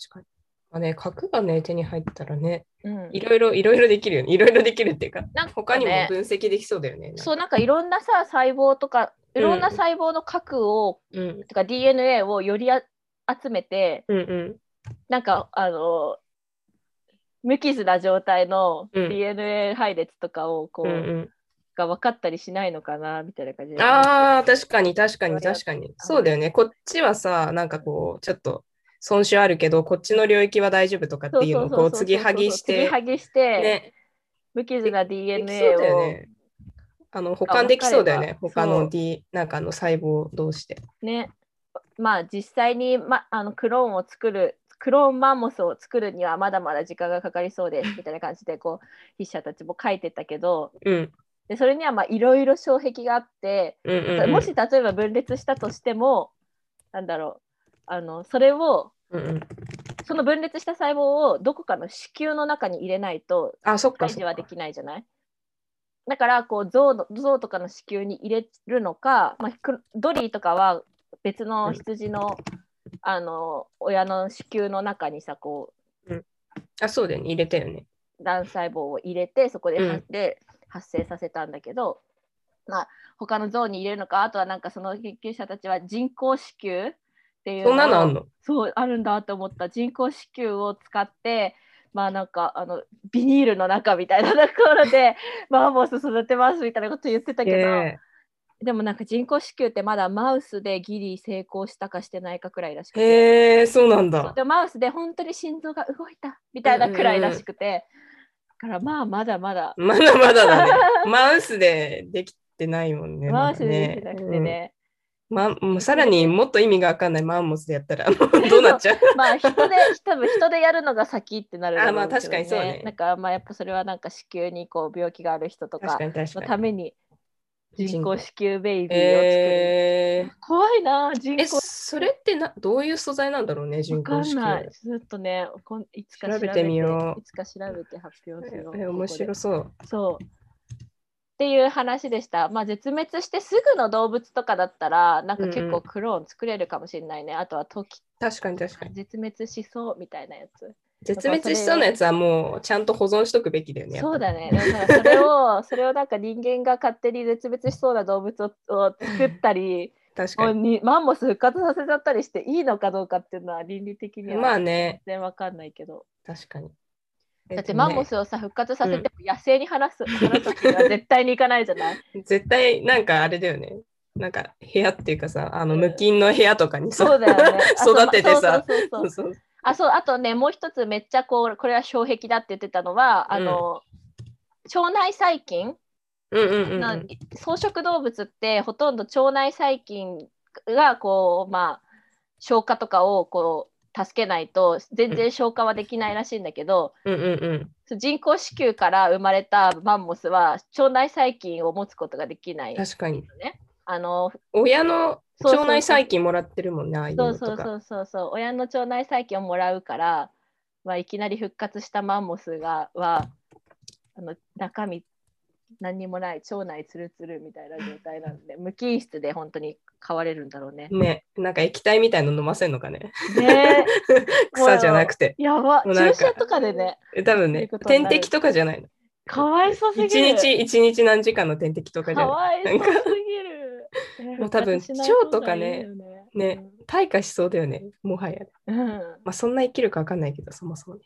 [SPEAKER 2] 確かに。まあね、核がね、手に入ったらね、
[SPEAKER 1] な。うん
[SPEAKER 2] いろいろ、いろいろできるよね。いろいろできるっていうか、
[SPEAKER 1] なんか
[SPEAKER 2] 他にも
[SPEAKER 1] ね
[SPEAKER 2] 分析できそうだよね。
[SPEAKER 1] そうなんかいろんなさ細胞とか
[SPEAKER 2] う
[SPEAKER 1] い
[SPEAKER 2] ん
[SPEAKER 1] ろんな細胞の核を、
[SPEAKER 2] うん。うん
[SPEAKER 1] とか DNA をよりあ集めて
[SPEAKER 2] うん
[SPEAKER 1] なんかあの無傷な状態の
[SPEAKER 2] うん
[SPEAKER 1] DNA 配列とかをこ
[SPEAKER 2] う
[SPEAKER 1] う、
[SPEAKER 2] んうん
[SPEAKER 1] が分かったりしないのかなみたいな感じで
[SPEAKER 2] ああ、確かに確か
[SPEAKER 1] あ
[SPEAKER 2] に
[SPEAKER 1] れは
[SPEAKER 2] 確かに。そうだよね。こっちはさ、なんかこう、ちょっと損傷あるけど、こっちの領域は大丈夫とかっていうのをこう、継ぎはぎし
[SPEAKER 1] 継ぎ
[SPEAKER 2] て
[SPEAKER 1] は、ぎして、
[SPEAKER 2] ね、
[SPEAKER 1] 無傷な
[SPEAKER 2] でき
[SPEAKER 1] DNA
[SPEAKER 2] そう
[SPEAKER 1] を
[SPEAKER 2] だよね。あの、保管できそうだよね。
[SPEAKER 1] 分か
[SPEAKER 2] 他
[SPEAKER 1] れば
[SPEAKER 2] の D、なんかあの細胞同士で。
[SPEAKER 1] ねまあ実際に、ま、あのクローンを作るクローンマンモスを作るにはまだまだ時間がかかりそうですみたいな感じでこう筆者たちも書いてたけど
[SPEAKER 2] うん。
[SPEAKER 1] でそれにはまあいろいろ障壁があって、
[SPEAKER 2] うんうんうん。
[SPEAKER 1] もし例えば分裂したとしてもなんだろうあのそれを
[SPEAKER 2] うんうん、
[SPEAKER 1] その分裂した細胞をどこかの子宮の中に入れないと
[SPEAKER 2] あ、そっか
[SPEAKER 1] 解
[SPEAKER 2] そ
[SPEAKER 1] 除
[SPEAKER 2] っ
[SPEAKER 1] は
[SPEAKER 2] か
[SPEAKER 1] で。きないじゃないだからこう象の象とかの子宮に入れるのか、まあ、くドリーとかは別の羊の,、あの親の子宮の中にさこ
[SPEAKER 2] あ、そうだよね。入れたよね。
[SPEAKER 1] う卵細胞を入れてそこで,、
[SPEAKER 2] うん
[SPEAKER 1] で発生させたんだけど、まあ、他の象に入れるのかあとはなんかその研究者たちは人工子宮っていう
[SPEAKER 2] そんなのあ
[SPEAKER 1] を
[SPEAKER 2] んの
[SPEAKER 1] そうあるんだと思った人工子宮を使ってまあなんかあのビニールの中みたいなところで マンモス育てますみたいなこと言ってたけど、
[SPEAKER 2] え
[SPEAKER 1] でもなんか人工子宮ってまだマウスでギリ成功したかしてないかくらいらしく
[SPEAKER 2] ー
[SPEAKER 1] て、
[SPEAKER 2] へえ、そうなん
[SPEAKER 1] そう
[SPEAKER 2] だ。
[SPEAKER 1] でマウスで本当に心臓が動いたみたいなくらいらしくて、だからまあまだまだ
[SPEAKER 2] まだまだ だね。マウスでできてないもんね。
[SPEAKER 1] マウスでできなくて
[SPEAKER 2] うん
[SPEAKER 1] ね、
[SPEAKER 2] まもうさらにもっと意味がわかんないマンモスでやっ たら、もうどうなっちゃう
[SPEAKER 1] まあ人で多分人でやるのが先ってなるだろう
[SPEAKER 2] あまあ
[SPEAKER 1] けど
[SPEAKER 2] 確かにそうね
[SPEAKER 1] なんかまあやっぱそれはなんか子宮にこう病気がある人とか
[SPEAKER 2] 確かに確
[SPEAKER 1] の
[SPEAKER 2] か
[SPEAKER 1] た
[SPEAKER 2] に。
[SPEAKER 1] めに人工子宮ベイビーを作る、
[SPEAKER 2] えー
[SPEAKER 1] 怖いな人
[SPEAKER 2] え、
[SPEAKER 1] 工
[SPEAKER 2] それってなどういう素材なんだろうね、人
[SPEAKER 1] わか
[SPEAKER 2] 工
[SPEAKER 1] ん
[SPEAKER 2] 子
[SPEAKER 1] な
[SPEAKER 2] 宮
[SPEAKER 1] い。ずっとね、こんいつか
[SPEAKER 2] 調べてみよう
[SPEAKER 1] いつか調べて発表する
[SPEAKER 2] え、面白
[SPEAKER 1] そ
[SPEAKER 2] そう。
[SPEAKER 1] う。そう。っていう話でした。まあ、絶滅してすぐの動物とかだったら、なんか結
[SPEAKER 2] うんう
[SPEAKER 1] 構
[SPEAKER 2] ん
[SPEAKER 1] クローン作れるかもしれないね。あとは時
[SPEAKER 2] 確かに確かに。
[SPEAKER 1] 絶滅しそうみたいなやつ。
[SPEAKER 2] 絶滅しそうなやつはもうちゃんと保存しとくべきだよね。やっぱ
[SPEAKER 1] そうだね。だからそれ を、それをなんか人間が勝手に絶滅しそうな動物をを作ったり、
[SPEAKER 2] 確
[SPEAKER 1] も
[SPEAKER 2] か
[SPEAKER 1] うにマンモス復活させちゃったりしていいのかどうかっていうのは倫理的に
[SPEAKER 2] に。
[SPEAKER 1] は
[SPEAKER 2] まあ
[SPEAKER 1] 全
[SPEAKER 2] ね、
[SPEAKER 1] 然わかんないけど。
[SPEAKER 2] 確かに。
[SPEAKER 1] だって
[SPEAKER 2] えとね
[SPEAKER 1] マンモスをさ復活させても野生に放す、放すっていうのは絶対にいかないじゃない
[SPEAKER 2] 絶対なんかあれだよね。なんか部屋っていうかさ、あの
[SPEAKER 1] うん
[SPEAKER 2] 無菌の部屋とかにさ、
[SPEAKER 1] そうだよねあ
[SPEAKER 2] 育ててさ。
[SPEAKER 1] そうそうそうそう
[SPEAKER 2] そうそう
[SPEAKER 1] あそうあとねもう一つめっちゃこうこれは障壁だって言ってたのはあの、腸内細菌
[SPEAKER 2] うんうんうんう
[SPEAKER 1] の、
[SPEAKER 2] ん。
[SPEAKER 1] 草食動物ってほとんど腸内細菌がこうまあ消化とかをこう助けないと全然消化はできないらしいんだけど、
[SPEAKER 2] うんうんうん。
[SPEAKER 1] そう人工子宮から生まれたマンモスは腸内細菌を持つことができない。
[SPEAKER 2] 確かに。
[SPEAKER 1] あの
[SPEAKER 2] 親の
[SPEAKER 1] そうそうそう
[SPEAKER 2] 腸内細菌もらってるもんね、ああいう
[SPEAKER 1] そう
[SPEAKER 2] の
[SPEAKER 1] そ
[SPEAKER 2] と
[SPEAKER 1] う
[SPEAKER 2] か。
[SPEAKER 1] そうそうそう親の腸内細菌をもらうから、まあ、いきなり復活したマンモスがはあの中身何にもない腸内ツルツルみたいな状態なんで無菌室で本当に飼われるんだろうね。
[SPEAKER 2] ね、なんか液体みたいの飲ませんのか ね。
[SPEAKER 1] ね
[SPEAKER 2] 草じゃなくて。
[SPEAKER 1] えやば
[SPEAKER 2] もうなん
[SPEAKER 1] 注
[SPEAKER 2] か
[SPEAKER 1] 射とかでね
[SPEAKER 2] え多
[SPEAKER 1] そ
[SPEAKER 2] 分
[SPEAKER 1] ういう
[SPEAKER 2] ね
[SPEAKER 1] こ、とに
[SPEAKER 2] 点
[SPEAKER 1] なる
[SPEAKER 2] 滴とかじゃないの。
[SPEAKER 1] かわいそすぎる
[SPEAKER 2] 一日一日何時間の点滴とかじ
[SPEAKER 1] か
[SPEAKER 2] ゃな
[SPEAKER 1] わ
[SPEAKER 2] い。
[SPEAKER 1] いそ
[SPEAKER 2] なんか
[SPEAKER 1] すぎる。
[SPEAKER 2] もう多分
[SPEAKER 1] 復活しない方が
[SPEAKER 2] 腸とかね
[SPEAKER 1] いいよね
[SPEAKER 2] ね、退化しそうだよね、もはや。
[SPEAKER 1] うん
[SPEAKER 2] まあそんな生きるかわかんないけど、そもそもね。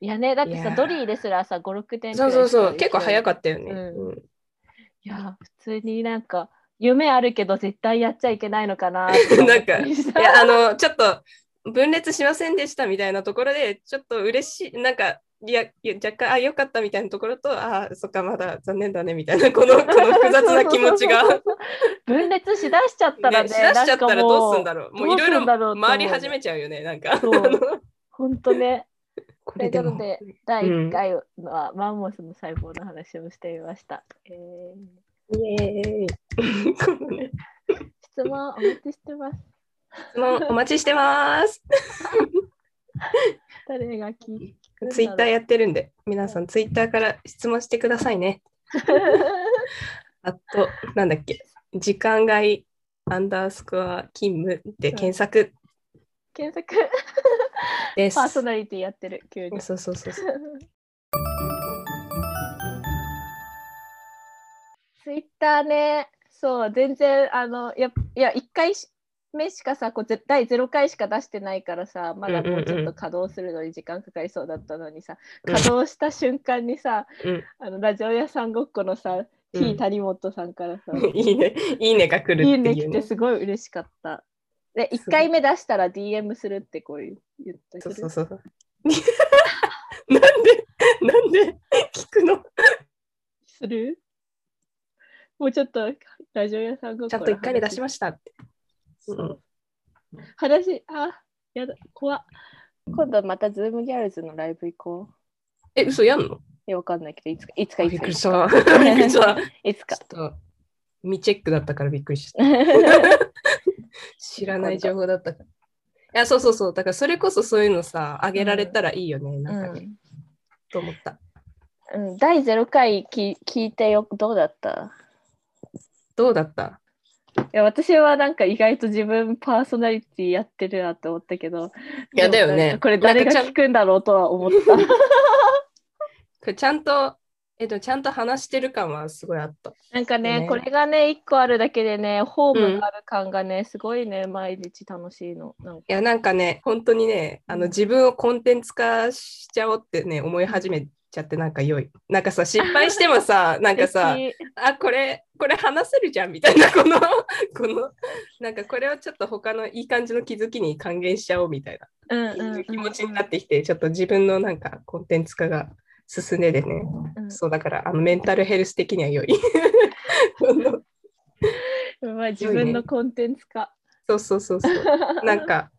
[SPEAKER 1] いやねだって
[SPEAKER 2] い
[SPEAKER 1] さ
[SPEAKER 2] やー
[SPEAKER 1] ドリーですらさ56点
[SPEAKER 2] そうそうそう、結
[SPEAKER 1] か
[SPEAKER 2] 構
[SPEAKER 1] っ
[SPEAKER 2] 早
[SPEAKER 1] た
[SPEAKER 2] かったよね。
[SPEAKER 1] うん
[SPEAKER 2] うん
[SPEAKER 1] いや普通になんか夢あるけど絶対やっちゃいけないのか なと思ったりし
[SPEAKER 2] い
[SPEAKER 1] た
[SPEAKER 2] や、あの、ちょっと分裂しませんでしたみたいなところで、ちょっと嬉しい、なんか、いや、いや若干、あ、よかったみたいなところと、あ、そっか、まだ残念だねみたいな、この、この複雑な気持ちが、
[SPEAKER 1] そうそう
[SPEAKER 2] ね、
[SPEAKER 1] そう分裂しだしちゃったらね
[SPEAKER 2] しだしちゃったらどうすんだ
[SPEAKER 1] ろ
[SPEAKER 2] ろう。
[SPEAKER 1] も
[SPEAKER 2] も
[SPEAKER 1] う
[SPEAKER 2] ういろい
[SPEAKER 1] どうすんだろうっ
[SPEAKER 2] ろ
[SPEAKER 1] て思う
[SPEAKER 2] 回り始めちゃうよね、なんか。
[SPEAKER 1] そう ほんとね
[SPEAKER 2] こと
[SPEAKER 1] い
[SPEAKER 2] れ
[SPEAKER 1] うこ
[SPEAKER 2] で
[SPEAKER 1] と
[SPEAKER 2] も。
[SPEAKER 1] で第1回はマンモスの細胞の話をしてみました、えー
[SPEAKER 2] イエーイ。このね
[SPEAKER 1] 質問お待ちしてます
[SPEAKER 2] 質問お待ちしてます。
[SPEAKER 1] 誰が聞いて
[SPEAKER 2] ツイッターやってるんで、皆さんツイッターから質問してくださいね。あと、なんだっけ、時間外アンダースコア勤務で検索
[SPEAKER 1] 検索
[SPEAKER 2] です。
[SPEAKER 1] パーソナリティやってる急に
[SPEAKER 2] そうそうそうそう。
[SPEAKER 1] ツイッターね、そう、全然、あの、やっいや、1回し目しかさ、こう絶対0回しか出してないからさ、まだもうちょっと稼働するのに時間かかりそうだったのにさ、
[SPEAKER 2] うん
[SPEAKER 1] 稼働した瞬間にさ、
[SPEAKER 2] うん
[SPEAKER 1] あのラジオ屋さんごっこのさ、
[SPEAKER 2] うん
[SPEAKER 1] T 谷本さんから さ、
[SPEAKER 2] いいね、いいねが来るっ
[SPEAKER 1] い
[SPEAKER 2] て
[SPEAKER 1] いね
[SPEAKER 2] い
[SPEAKER 1] 来
[SPEAKER 2] う
[SPEAKER 1] て
[SPEAKER 2] ね。
[SPEAKER 1] すごい嬉しかった。で、1回目出したら DM するってこういう言った
[SPEAKER 2] そう
[SPEAKER 1] け
[SPEAKER 2] そ
[SPEAKER 1] ど
[SPEAKER 2] うそう。 なんで、なんで聞くの
[SPEAKER 1] するもうちょっとラジオ屋さんごっこ
[SPEAKER 2] ちゃんと一回目出し
[SPEAKER 1] ま
[SPEAKER 2] ましたって。うん
[SPEAKER 1] 話、あ、やだ、怖っ今度またズームギャルズのライブ行こう。
[SPEAKER 2] え、嘘やんの
[SPEAKER 1] いや、わかんないけど、いつか、いつか、
[SPEAKER 2] び
[SPEAKER 1] い
[SPEAKER 2] っ
[SPEAKER 1] つ
[SPEAKER 2] く
[SPEAKER 1] か
[SPEAKER 2] りした。 びっくりした。ち
[SPEAKER 1] いつ
[SPEAKER 2] ょ
[SPEAKER 1] か
[SPEAKER 2] っ。と、未チェックだったからびっくりした。知らない情報だったから。いや、そうそうそう。だからそれこそそういうのさ、あげられたらいいよね。なんかね、と思った。
[SPEAKER 1] うん、第0回き聞いてよどうだった
[SPEAKER 2] どうだった
[SPEAKER 1] いや私はなんか意外と自分パーソナリティやってるなって思ったけど
[SPEAKER 2] いやだよ
[SPEAKER 1] でもなん
[SPEAKER 2] ね
[SPEAKER 1] か。これ誰が
[SPEAKER 2] なんかちゃ
[SPEAKER 1] 聞
[SPEAKER 2] ん
[SPEAKER 1] くんだろうとは思った
[SPEAKER 2] これちゃんと、えっと、ちゃんと話してる感はすごいあった。
[SPEAKER 1] なんかね
[SPEAKER 2] ね
[SPEAKER 1] これがね一個あるだけでねホームがある感がね、すごいね毎日楽しいのなんか
[SPEAKER 2] いや、なんかね、本当にね、あの自分をコンテンツ化しちゃおうってね、思い始めちゃって、なんか良い。なんかさ、失敗しても さ、なんかさ、
[SPEAKER 1] 嬉しい
[SPEAKER 2] あ、これ、これ話せるじゃんみたいな、 この、この、なんかこれをちょっと他のいい感じの気づきに還元しちゃおうみたい
[SPEAKER 1] うん
[SPEAKER 2] な、
[SPEAKER 1] うんうん
[SPEAKER 2] 気持ちになってきて、ちょっと自分のなんかコンテンツ化が進んででね、
[SPEAKER 1] うん
[SPEAKER 2] そうだから、あのメンタルヘルス的には良い。 この
[SPEAKER 1] うまい自分のコンテンツ化、
[SPEAKER 2] そうそうそうそう。なんか、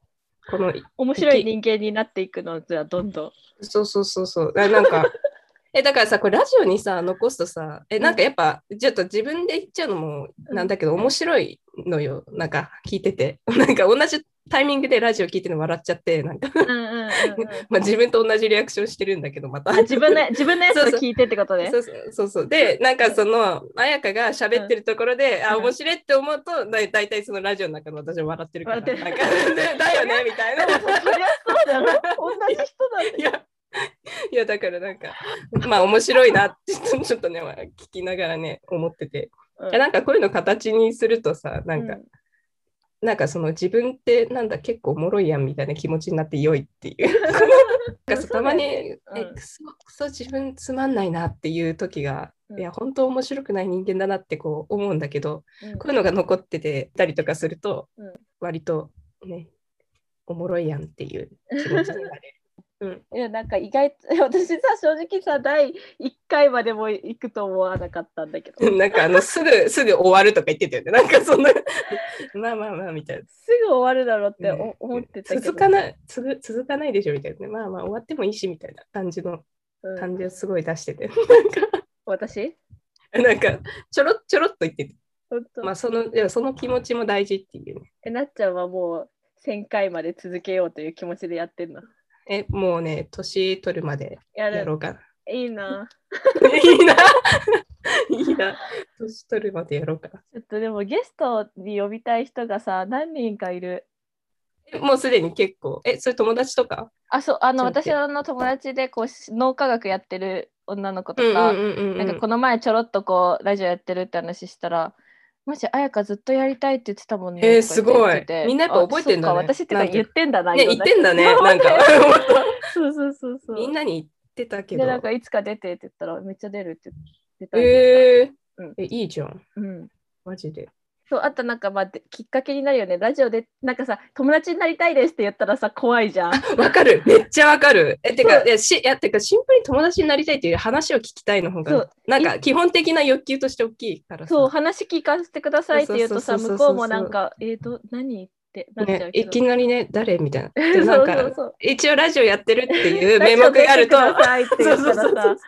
[SPEAKER 2] この、
[SPEAKER 1] 面白い人間になっていくのじゃあどんどん
[SPEAKER 2] そうそうそうそう。ななんか、え、だからさ、これラジオにさ、残すとさ、え、なんかやっぱ、ちょっと自分で言っちゃうのもなんだけど、面白いのよ。なんか、聞いてて。なんか、同じタイミングでラジオ聞いてるの笑っちゃって、なんか、
[SPEAKER 1] うんうんうんうん
[SPEAKER 2] まあ、自分と同じリアクションしてるんだけど、ま た。
[SPEAKER 1] あ自分の自分のやつ
[SPEAKER 2] そうそ
[SPEAKER 1] を
[SPEAKER 2] う
[SPEAKER 1] 聞いてってことね
[SPEAKER 2] そうそうそうそうでなんかその綾香が喋ってるところで、あ
[SPEAKER 1] うん
[SPEAKER 2] 面白いって思うとだい大体そのラジオの中の私は笑ってるから
[SPEAKER 1] 笑ってる
[SPEAKER 2] なんか でだよねみたいな
[SPEAKER 1] でもさそりゃそうだろ同じ人だって
[SPEAKER 2] いや、いやだからなんか、まあ面白いなって、ちょっとね、まあ、聞きながらね、思ってて。いやなんかこういうの形にするとさ、なんか、
[SPEAKER 1] うん
[SPEAKER 2] なんかその自分ってなんだ、結構おもろいやんみたいな気持ちになって良いっていう。なんかそうたまに、え
[SPEAKER 1] そうだよねうん
[SPEAKER 2] くそ、くそ自分つまんないなっていう時が、
[SPEAKER 1] うん
[SPEAKER 2] いや、本当面白くない人間だなってこう思うんだけど、
[SPEAKER 1] うん
[SPEAKER 2] こういうのが残っててたりとかすると、
[SPEAKER 1] うん
[SPEAKER 2] 割とね、おもろいやんっていう気持ちになれる。うん
[SPEAKER 1] いやなんか意外と 私さ正直さ第1回までも行くと思わなかったんだけど
[SPEAKER 2] なんかあのすぐすぐ終わるとか言ってたよね。なんかそんなまあまあまあみたい
[SPEAKER 1] すぐ終わるだろうって
[SPEAKER 2] な。
[SPEAKER 1] お思ってたけど
[SPEAKER 2] 続かない続続かないでしょみたいなね。まあまあ終わってもいいしみたいな感じの
[SPEAKER 1] うん
[SPEAKER 2] 感じをすごい出してて。 な
[SPEAKER 1] 私
[SPEAKER 2] んかなんかちょろっちょろっと言ってて。
[SPEAKER 1] 本当、
[SPEAKER 2] まあそのでもその気持ちも大事っていうね。
[SPEAKER 1] えなっちゃんはもう1000回まで続けようという気持ちでやってんの
[SPEAKER 2] えもうね年取るまで
[SPEAKER 1] や
[SPEAKER 2] や
[SPEAKER 1] る
[SPEAKER 2] ろうかな。
[SPEAKER 1] いいない
[SPEAKER 2] いな。いいな。年取るまでやろうかな
[SPEAKER 1] ちょっとでもゲストに呼びたい人がさ何人かいる
[SPEAKER 2] え。もうすでに結構。えそれ友達とか。
[SPEAKER 1] あそうあの
[SPEAKER 2] ちょっと
[SPEAKER 1] 私
[SPEAKER 2] 待って
[SPEAKER 1] の友達でこうし脳科学やってる女の子と
[SPEAKER 2] うんうん
[SPEAKER 1] か、
[SPEAKER 2] うんうん。
[SPEAKER 1] なんかこの前ちょろっとこうラジオやってるって話したら、もしあやかずっとやりたいって言ってたもんね。
[SPEAKER 2] え
[SPEAKER 1] と
[SPEAKER 2] ー
[SPEAKER 1] か言って
[SPEAKER 2] すごいみんなやっぱ覚えてん
[SPEAKER 1] あ
[SPEAKER 2] だね
[SPEAKER 1] そうか私ってか
[SPEAKER 2] なんか
[SPEAKER 1] 言ってんだな。
[SPEAKER 2] ね、
[SPEAKER 1] いろ
[SPEAKER 2] 言
[SPEAKER 1] ん
[SPEAKER 2] っ
[SPEAKER 1] な
[SPEAKER 2] てん だね、
[SPEAKER 1] 人
[SPEAKER 2] なんか。
[SPEAKER 1] そうそうそうそう。
[SPEAKER 2] みんなに言ってたけ
[SPEAKER 1] で
[SPEAKER 2] ど。
[SPEAKER 1] なんかいつか出てって言ったらめっちゃ出るって言ってたんで
[SPEAKER 2] えー
[SPEAKER 1] うん
[SPEAKER 2] え、いいじゃん、
[SPEAKER 1] うん。
[SPEAKER 2] マジで。
[SPEAKER 1] そうあとなんかまあできっかけになるよねラジオでなんかさ友達になりたいですって言ったらさ怖いじ ゃん。
[SPEAKER 2] わかる、めっちゃわかる。え、てか、いやしいやてかシンプルに友達になりたいっていう話を聞きたいの方
[SPEAKER 1] そう
[SPEAKER 2] が、なんか基本的な欲求として大きいからさ。
[SPEAKER 1] そう話聞かせてくださいって言うとさ
[SPEAKER 2] そうそ
[SPEAKER 1] 向
[SPEAKER 2] うそう
[SPEAKER 1] こ
[SPEAKER 2] そうそう
[SPEAKER 1] うもなんかえっ、と何ってなっちゃ
[SPEAKER 2] ね
[SPEAKER 1] う、け
[SPEAKER 2] い
[SPEAKER 1] ど。
[SPEAKER 2] きなりね、誰 みたいな。
[SPEAKER 1] そ
[SPEAKER 2] で
[SPEAKER 1] う
[SPEAKER 2] なん
[SPEAKER 1] そう
[SPEAKER 2] か、
[SPEAKER 1] そう
[SPEAKER 2] 一応ラジオやってるって いう名
[SPEAKER 1] 名
[SPEAKER 2] 目
[SPEAKER 1] 目
[SPEAKER 2] が
[SPEAKER 1] が
[SPEAKER 2] あ
[SPEAKER 1] あ
[SPEAKER 2] る
[SPEAKER 1] る
[SPEAKER 2] と
[SPEAKER 1] と。、いって言っ
[SPEAKER 2] そ
[SPEAKER 1] た
[SPEAKER 2] うそう
[SPEAKER 1] ら
[SPEAKER 2] そう
[SPEAKER 1] さ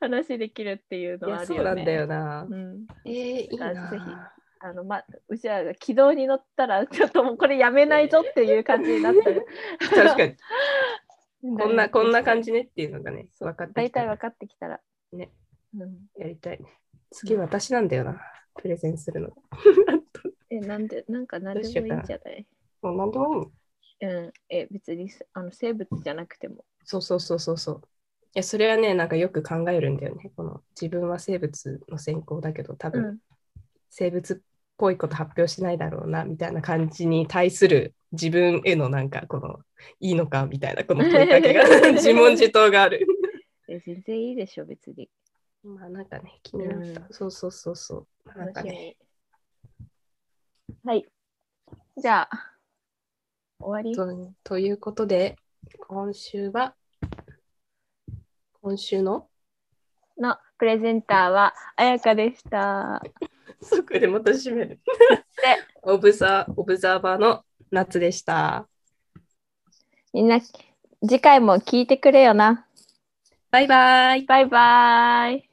[SPEAKER 1] 話できるっていうの
[SPEAKER 2] い
[SPEAKER 1] はある
[SPEAKER 2] や、そう
[SPEAKER 1] よ
[SPEAKER 2] なんだ
[SPEAKER 1] ね。
[SPEAKER 2] よな
[SPEAKER 1] う。ん、
[SPEAKER 2] えー、いい
[SPEAKER 1] だ
[SPEAKER 2] な。
[SPEAKER 1] からぜあのまうちらが軌道に乗ったらちょっともうこれやめないぞっていう感じになったら
[SPEAKER 2] 確 かに、 こんな、こんな感
[SPEAKER 1] じ
[SPEAKER 2] じねっていうのがね、分かってきた
[SPEAKER 1] 大体分かってきたら
[SPEAKER 2] ね、
[SPEAKER 1] うん、
[SPEAKER 2] やりたい。次私なんだよな、プレゼンするの。
[SPEAKER 1] えなんでなんか何で
[SPEAKER 2] どう
[SPEAKER 1] も
[SPEAKER 2] し
[SPEAKER 1] いい
[SPEAKER 2] ようかなん
[SPEAKER 1] じゃない
[SPEAKER 2] もう何でもいい。
[SPEAKER 1] うん、え別にすあの生物じゃなくても
[SPEAKER 2] そうそうそうそうそう。いや、それはね、なんかよく考えるんだよね。この自分は生物の専攻だけど、多分生物っぽいこと発表しないだろうな、みたいな感じに対する自分へのなんかこの、いいのかみたいな、この問いかけが 自問自答がある。
[SPEAKER 1] え全然いいでしょ別に
[SPEAKER 2] まあなんかね、気になった。
[SPEAKER 1] う
[SPEAKER 2] そうそうそうそう。なんか
[SPEAKER 1] 楽し
[SPEAKER 2] ね、
[SPEAKER 1] みはいじゃあ終わり
[SPEAKER 2] とということで、今週は、今週の
[SPEAKER 1] のプレゼンターはあやかでした。
[SPEAKER 2] そこでまた閉める。オブザオブザーバーの夏でした。
[SPEAKER 1] みんな次回も聞いてくれよな。
[SPEAKER 2] バイバイ。
[SPEAKER 1] バイバーイ。